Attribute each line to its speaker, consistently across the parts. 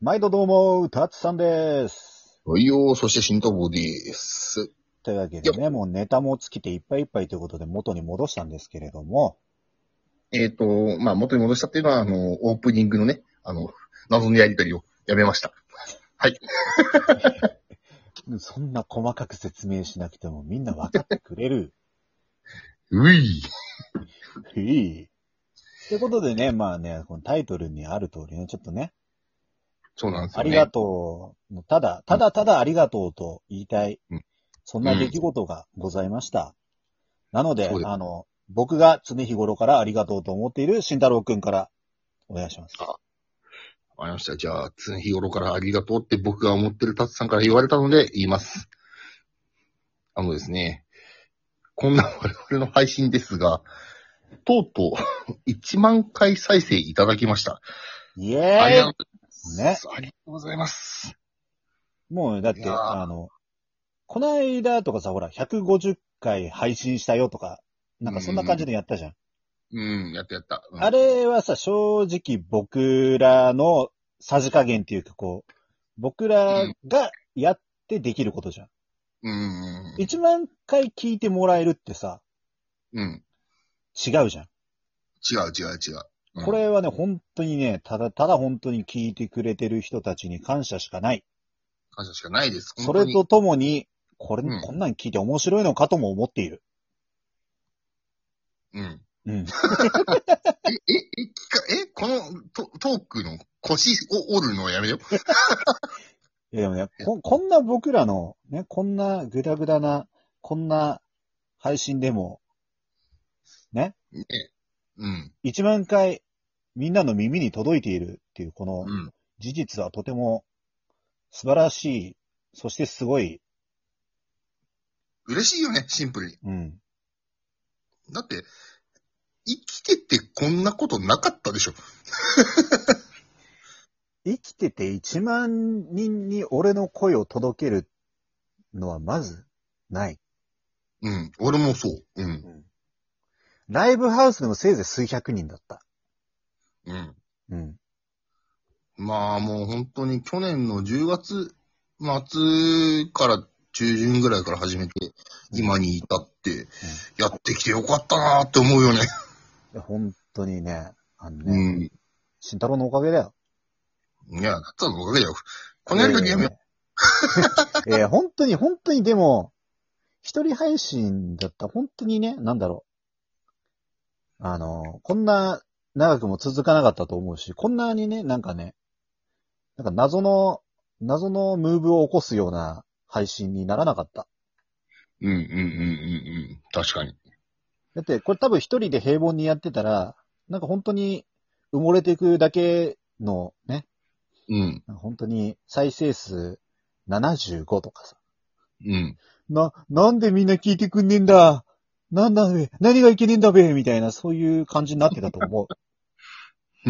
Speaker 1: 毎度どうも、たつさんです。
Speaker 2: はいよ、そして新ボディです。
Speaker 1: というわけで
Speaker 2: よ
Speaker 1: ね、もうネタも尽きていっぱいいっぱいということで元に戻したんですけれども、
Speaker 2: えっ、と、まあ、元に戻したっていうのは、あの、オープニングのね、あの、謎のやりとりをやめました。
Speaker 1: そんな細かく説明しなくてもみんなわかってくれる。
Speaker 2: うい
Speaker 1: へい。ということでね、まあね、このタイトルにある通りね、ちょっとね、
Speaker 2: そうなんです
Speaker 1: あ
Speaker 2: よ、
Speaker 1: り
Speaker 2: ね。
Speaker 1: がとうの、ただ、ただただありがとうと言いたい
Speaker 2: うん、
Speaker 1: そんな出来事がございました。なので
Speaker 2: そうで、す
Speaker 1: あの、僕が常日頃からありがとうと思っている慎太郎くんからお願いします。
Speaker 2: わかりました。じゃあ、常日頃からありがとうって僕が思ってるタツさんから言われたので言います。あのですね、こんな我々の配信ですが、とうとう1万回再生いただきました。
Speaker 1: イエ
Speaker 2: あり
Speaker 1: ー
Speaker 2: が
Speaker 1: イ
Speaker 2: とうございま
Speaker 1: ね
Speaker 2: す。ありがとうございます。
Speaker 1: もう、だっ
Speaker 2: い
Speaker 1: て、
Speaker 2: やー
Speaker 1: あの、この間とかさ、ほら、150回配信したよとか、なんかそんな感じでやったじゃん。
Speaker 2: うん、やったやった。うん
Speaker 1: あれはさ、正直僕らのさじ加減っていうか、こう、僕らがやってできることじゃん。
Speaker 2: うん。
Speaker 1: 1万回聞いてもらえるってさ、
Speaker 2: うん。
Speaker 1: 違うじゃん。
Speaker 2: 違う違う違う。うん
Speaker 1: こ、れはね、本当にね、ただただ本当に聞いてくれてる人たちに感謝しかない。
Speaker 2: 感謝しかないです。
Speaker 1: それとともに、これ、
Speaker 2: うん
Speaker 1: こんなん聞いて面白いのかとも思っている。
Speaker 2: 本当に、うん。
Speaker 1: うん。
Speaker 2: え、え、え、聞か、え、このトトークの腰を折るのはやめよう。
Speaker 1: いやでもね、こ、こんな僕らの、ね、こんなグダグダな、こんな配信でも、
Speaker 2: ね。うん。
Speaker 1: 1万回みんなの耳に届いているっていう、この
Speaker 2: うん。
Speaker 1: 事実はとても素晴らしい、そしてすごい、
Speaker 2: 嬉しいよね、シンプルに。
Speaker 1: うん。
Speaker 2: だって、生きててこんなことなかったでしょ。
Speaker 1: 生きてて1万人に俺の声を届けるのはまずない。
Speaker 2: うん。俺もそう。うん。
Speaker 1: ライブハウスでもせいぜい数百人だった。
Speaker 2: うん。
Speaker 1: うん。
Speaker 2: まあもう本当に去年の10月末から中旬ぐらいから始めて、今に至って、やってきてよかったなーって思うよね。
Speaker 1: いや本当にね、あの
Speaker 2: う
Speaker 1: ね、
Speaker 2: ん。
Speaker 1: 慎太郎のおかげだよ。
Speaker 2: いや、だったらおかげだよ。このやりとりやめよう。
Speaker 1: えーえー本当に、本当にでも、一人配信だったら本当にね、なんだろう。あの、こんな長くも続かなかったと思うし、こんなにね、なんかね、なんか謎の、謎のムーブを起こすような配信にならなかった。
Speaker 2: うんうんうんうんうん。確かに。
Speaker 1: だって、これ多分一人で平凡にやってたら、なんか本当に埋もれていくだけのね、
Speaker 2: うん。
Speaker 1: なんか本当に再生数75とかさ、
Speaker 2: うん。
Speaker 1: な、なんでみんな聞いてくんねえんだなんだべ何がいけねえんだべみたいな、そういう感じになってたと思う。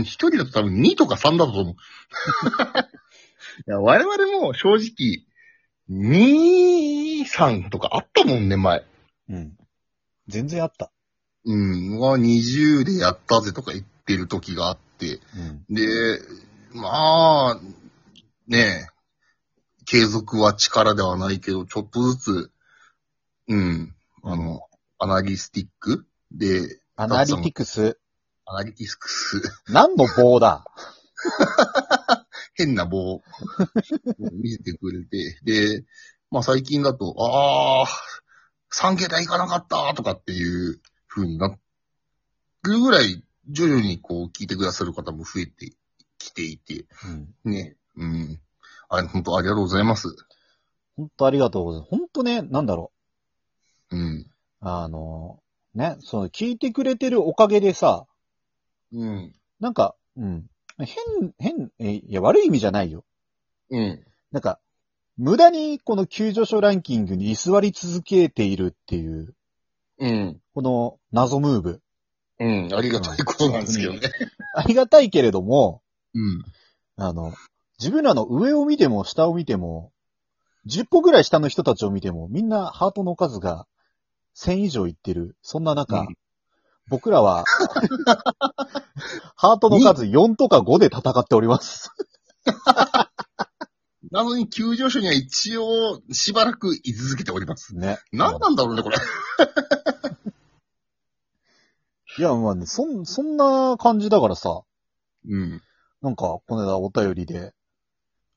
Speaker 2: 一人だと多分2とか3だと 思う。いや、我々も正直、2、3とかあったもんね、前。
Speaker 1: うん。全然あった。
Speaker 2: うん。は20でやったぜとか言ってる時があって。
Speaker 1: うん。
Speaker 2: で、まあ、ねえ、継続は力ではないけど、ちょっとずつ、うん、あの、アナリスティックで、
Speaker 1: アナリティクス。
Speaker 2: アナリティクス
Speaker 1: 何の棒だ
Speaker 2: 変な棒を見せてくれて、で、まあ最近だと、ああ、3桁いかなかったとかっていう風になるぐらい、徐々にこう聞いてくださる方も増えてきていて、
Speaker 1: うん。
Speaker 2: ね、うん。あれ、本当ありがとうございます。
Speaker 1: ほんとありがとうございます。ほんとね、なんだろ
Speaker 2: うん。
Speaker 1: う。あの、ね、その、聞いてくれてるおかげでさ、
Speaker 2: うん。
Speaker 1: なんか、うん。変、変、え、いや、悪い意味じゃないよ。
Speaker 2: うん。
Speaker 1: なんか、無駄にこの急上昇ランキングに居座り続けているっていう、
Speaker 2: うん。
Speaker 1: この謎ムーブ。
Speaker 2: うん。ありがたいことなんですけどね。
Speaker 1: ありがたいけれども、
Speaker 2: うん。
Speaker 1: あの、自分らの上を見ても下を見ても、10個ぐらい下の人たちを見ても、みんなハートの数が1000以上いってる。そんな中、
Speaker 2: うん
Speaker 1: 僕らは、ハートの数4とか5で戦っております。
Speaker 2: なのに、急上昇には一応、しばらく居続けております。
Speaker 1: ね。
Speaker 2: 何なんだろうね、これ。
Speaker 1: いや、まあね、そん、そんな感じだからさ、
Speaker 2: うん。
Speaker 1: なんか、この間お便りで、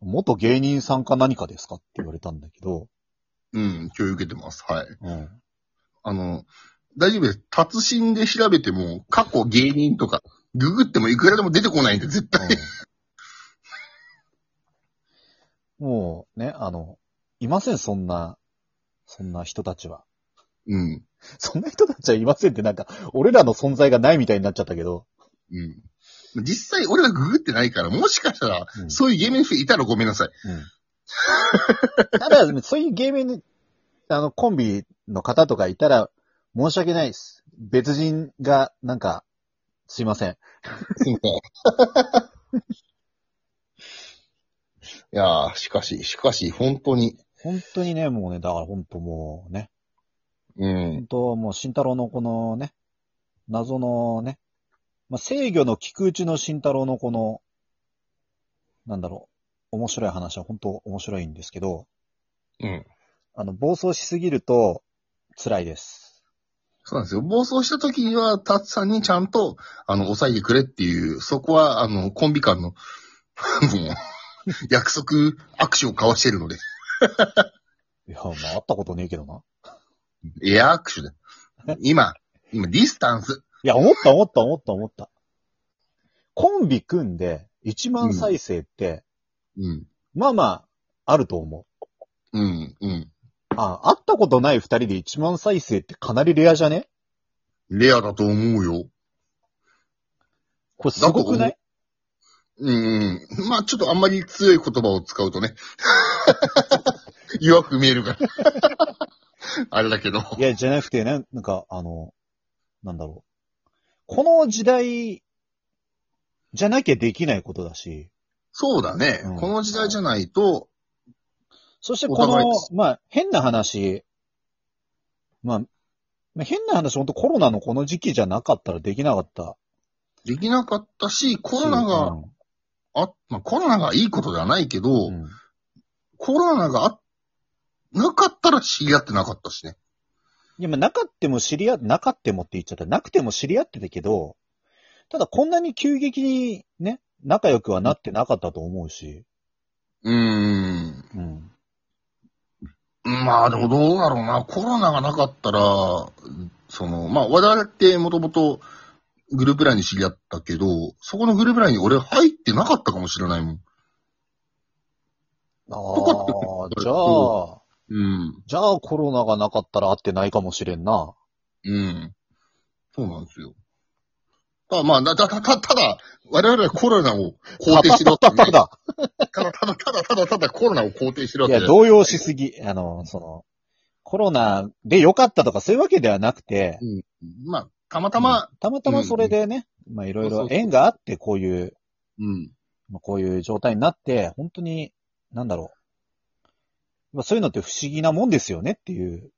Speaker 1: 元芸人さんか何かですかって言われたんだけど、
Speaker 2: うん、今日受けてます。はい。
Speaker 1: うん。
Speaker 2: あの、大丈夫です。達人で調べても、過去芸人とか、ググってもいくらでも出てこないんで、絶対。
Speaker 1: うん、もうね、あの、いません、そんな、そんな人たちは。
Speaker 2: うん。
Speaker 1: そんな人たちはいませんってなんか、俺らの存在がないみたいになっちゃったけど。
Speaker 2: うん。実際、俺がググってないから、もしかしたら、
Speaker 1: うん
Speaker 2: そういう芸名の人いたらごめんなさい。
Speaker 1: うん、ただ、そういう芸名の、あの、コンビの方とかいたら、申し訳ないです。別人が、なんか、すいません。
Speaker 2: すいません いやー、しかし、しかし、本当に、
Speaker 1: 本当にね、もうね、だから本当もうね、
Speaker 2: うん、
Speaker 1: 本当もう慎太郎のこのね、謎のね、まあ、制御の聞くうちの慎太郎のこの、なんだろう、面白い話は本当面白いんですけど、
Speaker 2: うん。
Speaker 1: あの、暴走しすぎると辛いです。
Speaker 2: そうなんですよ。暴走した時には、タツさんにちゃんと、あの、抑えてくれっていう、そこは、あの、コンビ間の、も う、約束、握手を交わしてるので。
Speaker 1: いや、まあ、会ったことねえけどな。
Speaker 2: エア握手で。今、今、ディスタンス。
Speaker 1: いや、思った思った思った思った。コンビ組んで1万再生って、
Speaker 2: うん、
Speaker 1: まあまあ、あると思う。
Speaker 2: うん、うん。
Speaker 1: あ、会ったことない2人で1万再生ってかなりレアじゃね
Speaker 2: レアだと思うよ。
Speaker 1: これすごくない
Speaker 2: うん、うん。まあ、ちょっとあんまり強い言葉を使うとね。 弱く見えるから。 あれだけど。
Speaker 1: いや、じゃなくてね、なんか、あの、なんだろう。この時代じゃなきゃできないことだし、
Speaker 2: そうだね、
Speaker 1: うん
Speaker 2: この時代じゃないと、
Speaker 1: そして
Speaker 2: お
Speaker 1: こ
Speaker 2: 互い
Speaker 1: の
Speaker 2: です、
Speaker 1: まあ、変な話、まあ、まあ、変な話、本当コロナのこの時期じゃなかったらできなかった。
Speaker 2: できなかったし、コロナが、
Speaker 1: うん
Speaker 2: あ、まあ、コロナがいいことではないけど、
Speaker 1: うん
Speaker 2: コロナがあ、なかったら知り合ってなかったしね。
Speaker 1: いや、まあ、なかっても知り合、なかってもって言っちゃった。なくても知り合ってたけど、ただこんなに急激にね、仲良くはなってなかったと思うし、
Speaker 2: うーん。
Speaker 1: うん。
Speaker 2: まあでもどうだろうな。コロナがなかったら、その、まあ我々ってもともとグループラインに知り合ったけど、そこのグループラインに俺入ってなかったかもしれないもん。
Speaker 1: あ
Speaker 2: か
Speaker 1: あ
Speaker 2: って、
Speaker 1: じゃあ、
Speaker 2: うん。
Speaker 1: じゃあコロナがなかったら会ってないかもしれんな。
Speaker 2: うん。そうなんですよ。あまあ、だ、だ、だ、たただ、我々はコロナを肯定してるわけ
Speaker 1: た
Speaker 2: じゃな
Speaker 1: だた
Speaker 2: い
Speaker 1: だ。
Speaker 2: ただ、ただ、ただ、ただ、ただコロナを肯定してるわ
Speaker 1: い
Speaker 2: け
Speaker 1: や、
Speaker 2: じゃない
Speaker 1: 動揺しすぎ。あの、その、コロナで良かったとかそういうわけではなくて、
Speaker 2: まあ、たまたま、
Speaker 1: たまたまそれでね、まあいろい
Speaker 2: そうそ
Speaker 1: ろ
Speaker 2: うそう
Speaker 1: 縁があってこういう、
Speaker 2: うん。
Speaker 1: まあこういう状態になって、本当に、なんだろう。まあそういうのって不思議なもんですよねっていう。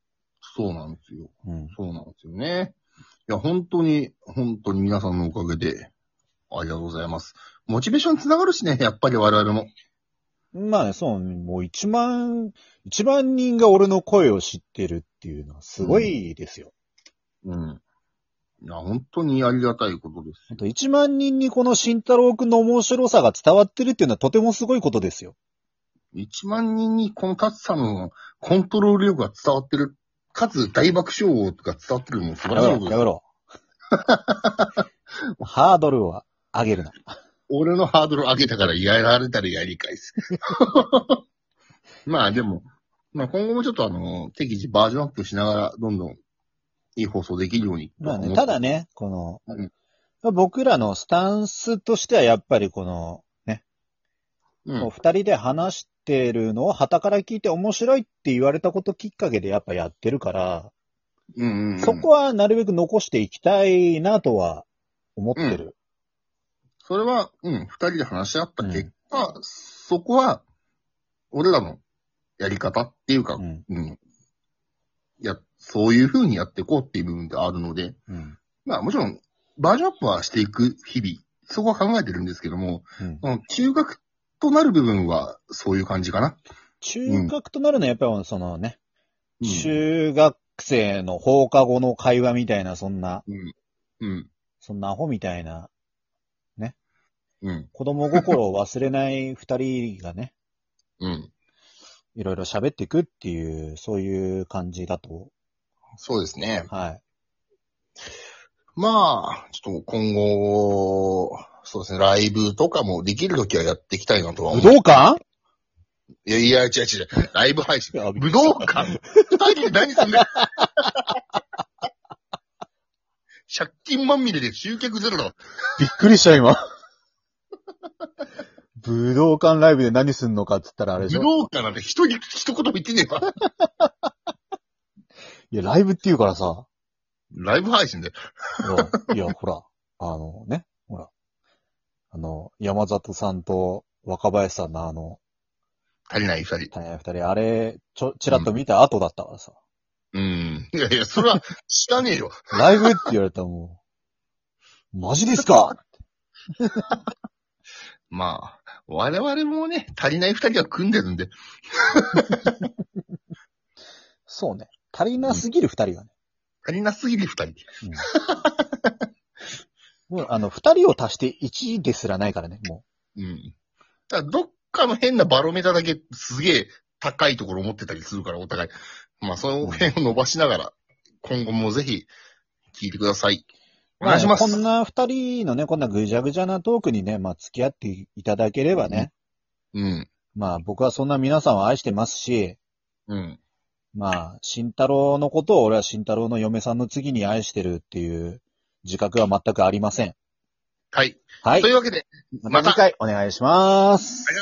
Speaker 2: そうなんですよ。
Speaker 1: うん。
Speaker 2: そうなんですよね。いや、本当に、本当に皆さんのおかげで、ありがとうございます。モチベーションつながるしね、やっぱり我々も。
Speaker 1: まあねそう、もう一万、一万人が俺の声を知ってるっていうのはすごいですよ。
Speaker 2: うん。いや、本当にありがたいことです
Speaker 1: あ。と1万人にこの慎太郎くんの面白さが伝わってるっていうのはとてもすごいことですよ。
Speaker 2: 1万人にこのタツさんのコントロール力が伝わってる。かつ、大爆笑が伝わってるのも素晴
Speaker 1: や
Speaker 2: らしい
Speaker 1: め
Speaker 2: こと
Speaker 1: ろ、
Speaker 2: で
Speaker 1: や
Speaker 2: す。
Speaker 1: め ろ。ハードルは上げるな。
Speaker 2: 俺のハードル上げたからやられたらやり 返す。まあでも、まあ今後もちょっとあの、適時バージョンアップしながら、どんどんいい放送できるように。
Speaker 1: まあね、ただ
Speaker 2: ね。
Speaker 1: ね、この、
Speaker 2: うん
Speaker 1: まあ僕らのスタンスとしてはやっぱりこの、ね、
Speaker 2: う。
Speaker 1: こうん二人で話してるのを旗から聞いて面白いって言われたこときっかけでやっぱやってるから、
Speaker 2: うん、うん。
Speaker 1: そこはなるべく残していきたいなとは思ってる。
Speaker 2: それは、うん、二人で話し合った結果、そこは、俺らのやり方っていうか、
Speaker 1: うん。
Speaker 2: うん。いや、そういう風にやっていこうっていう部分であるので、
Speaker 1: うん。
Speaker 2: まあもちろん、バージョンアップはしていく日々、そこは考えてるんですけども、
Speaker 1: うん
Speaker 2: その中核となる部分は、そういう感じかな。
Speaker 1: 中核となるのはやっぱりそのね、
Speaker 2: うん
Speaker 1: 中学生の放課後の会話みたいな、そんな、
Speaker 2: うん。うん。
Speaker 1: そんなアホみたいな、
Speaker 2: うん。
Speaker 1: 子供心を忘れない二人がね、
Speaker 2: うん。
Speaker 1: いろいろ喋っていくっていう、そういう感じだと。
Speaker 2: そうですね。
Speaker 1: はい。
Speaker 2: まあ、ちょっと今後、そうですね、ライブとかもできるときはやっていきたいなとは
Speaker 1: 武
Speaker 2: 思う。
Speaker 1: 道館
Speaker 2: いや、いや、違う違う違う。ライブ配信。武道館二人で何すんだよ借金まみれで集客ゼロだ。
Speaker 1: びっくりした、今。 武道館ライブで何すんのかって言ったらあれ
Speaker 2: 武
Speaker 1: でしょ
Speaker 2: 道館なんて一人、一言も言ってねえわ。
Speaker 1: いや、ライブって言うからさ。
Speaker 2: ライブ配信で。
Speaker 1: ほらいや、 ほら、あのね、ほら。あの、山里さんと若林さんのあの、
Speaker 2: 足りない二人。
Speaker 1: 大変二人、あれ、ちょ、ちらっと見た後だったからさ。
Speaker 2: うん。いやいや、それは知らねえよ。
Speaker 1: ライブって言われたらもう、マジですか
Speaker 2: まあ、我々もね、足りない二人は組んでるんで。
Speaker 1: そうね。足りなすぎる二人がね。
Speaker 2: 足りなすぎる二人。
Speaker 1: もう、あの、二人を足して一ですらないからね、も
Speaker 2: うん。だからどっかの変なバロメーターだけすげえ高いところ持ってたりするから、お互い。まあ、その辺を伸ばしながら、今後もぜひ、聞いてください。
Speaker 1: う。
Speaker 2: お願いします。
Speaker 1: あねこんな二人のね、こんなぐじゃぐじゃなトークにね、まあ、付き合っていただければね。
Speaker 2: うん。
Speaker 1: まあ、僕はそんな皆さんを愛してますし、
Speaker 2: うん。
Speaker 1: まあ、慎太郎のことを俺は慎太郎の嫁さんの次に愛してるっていう自覚は全くありません。
Speaker 2: はい。
Speaker 1: はい
Speaker 2: と。いうわけで、
Speaker 1: また次回お願いします。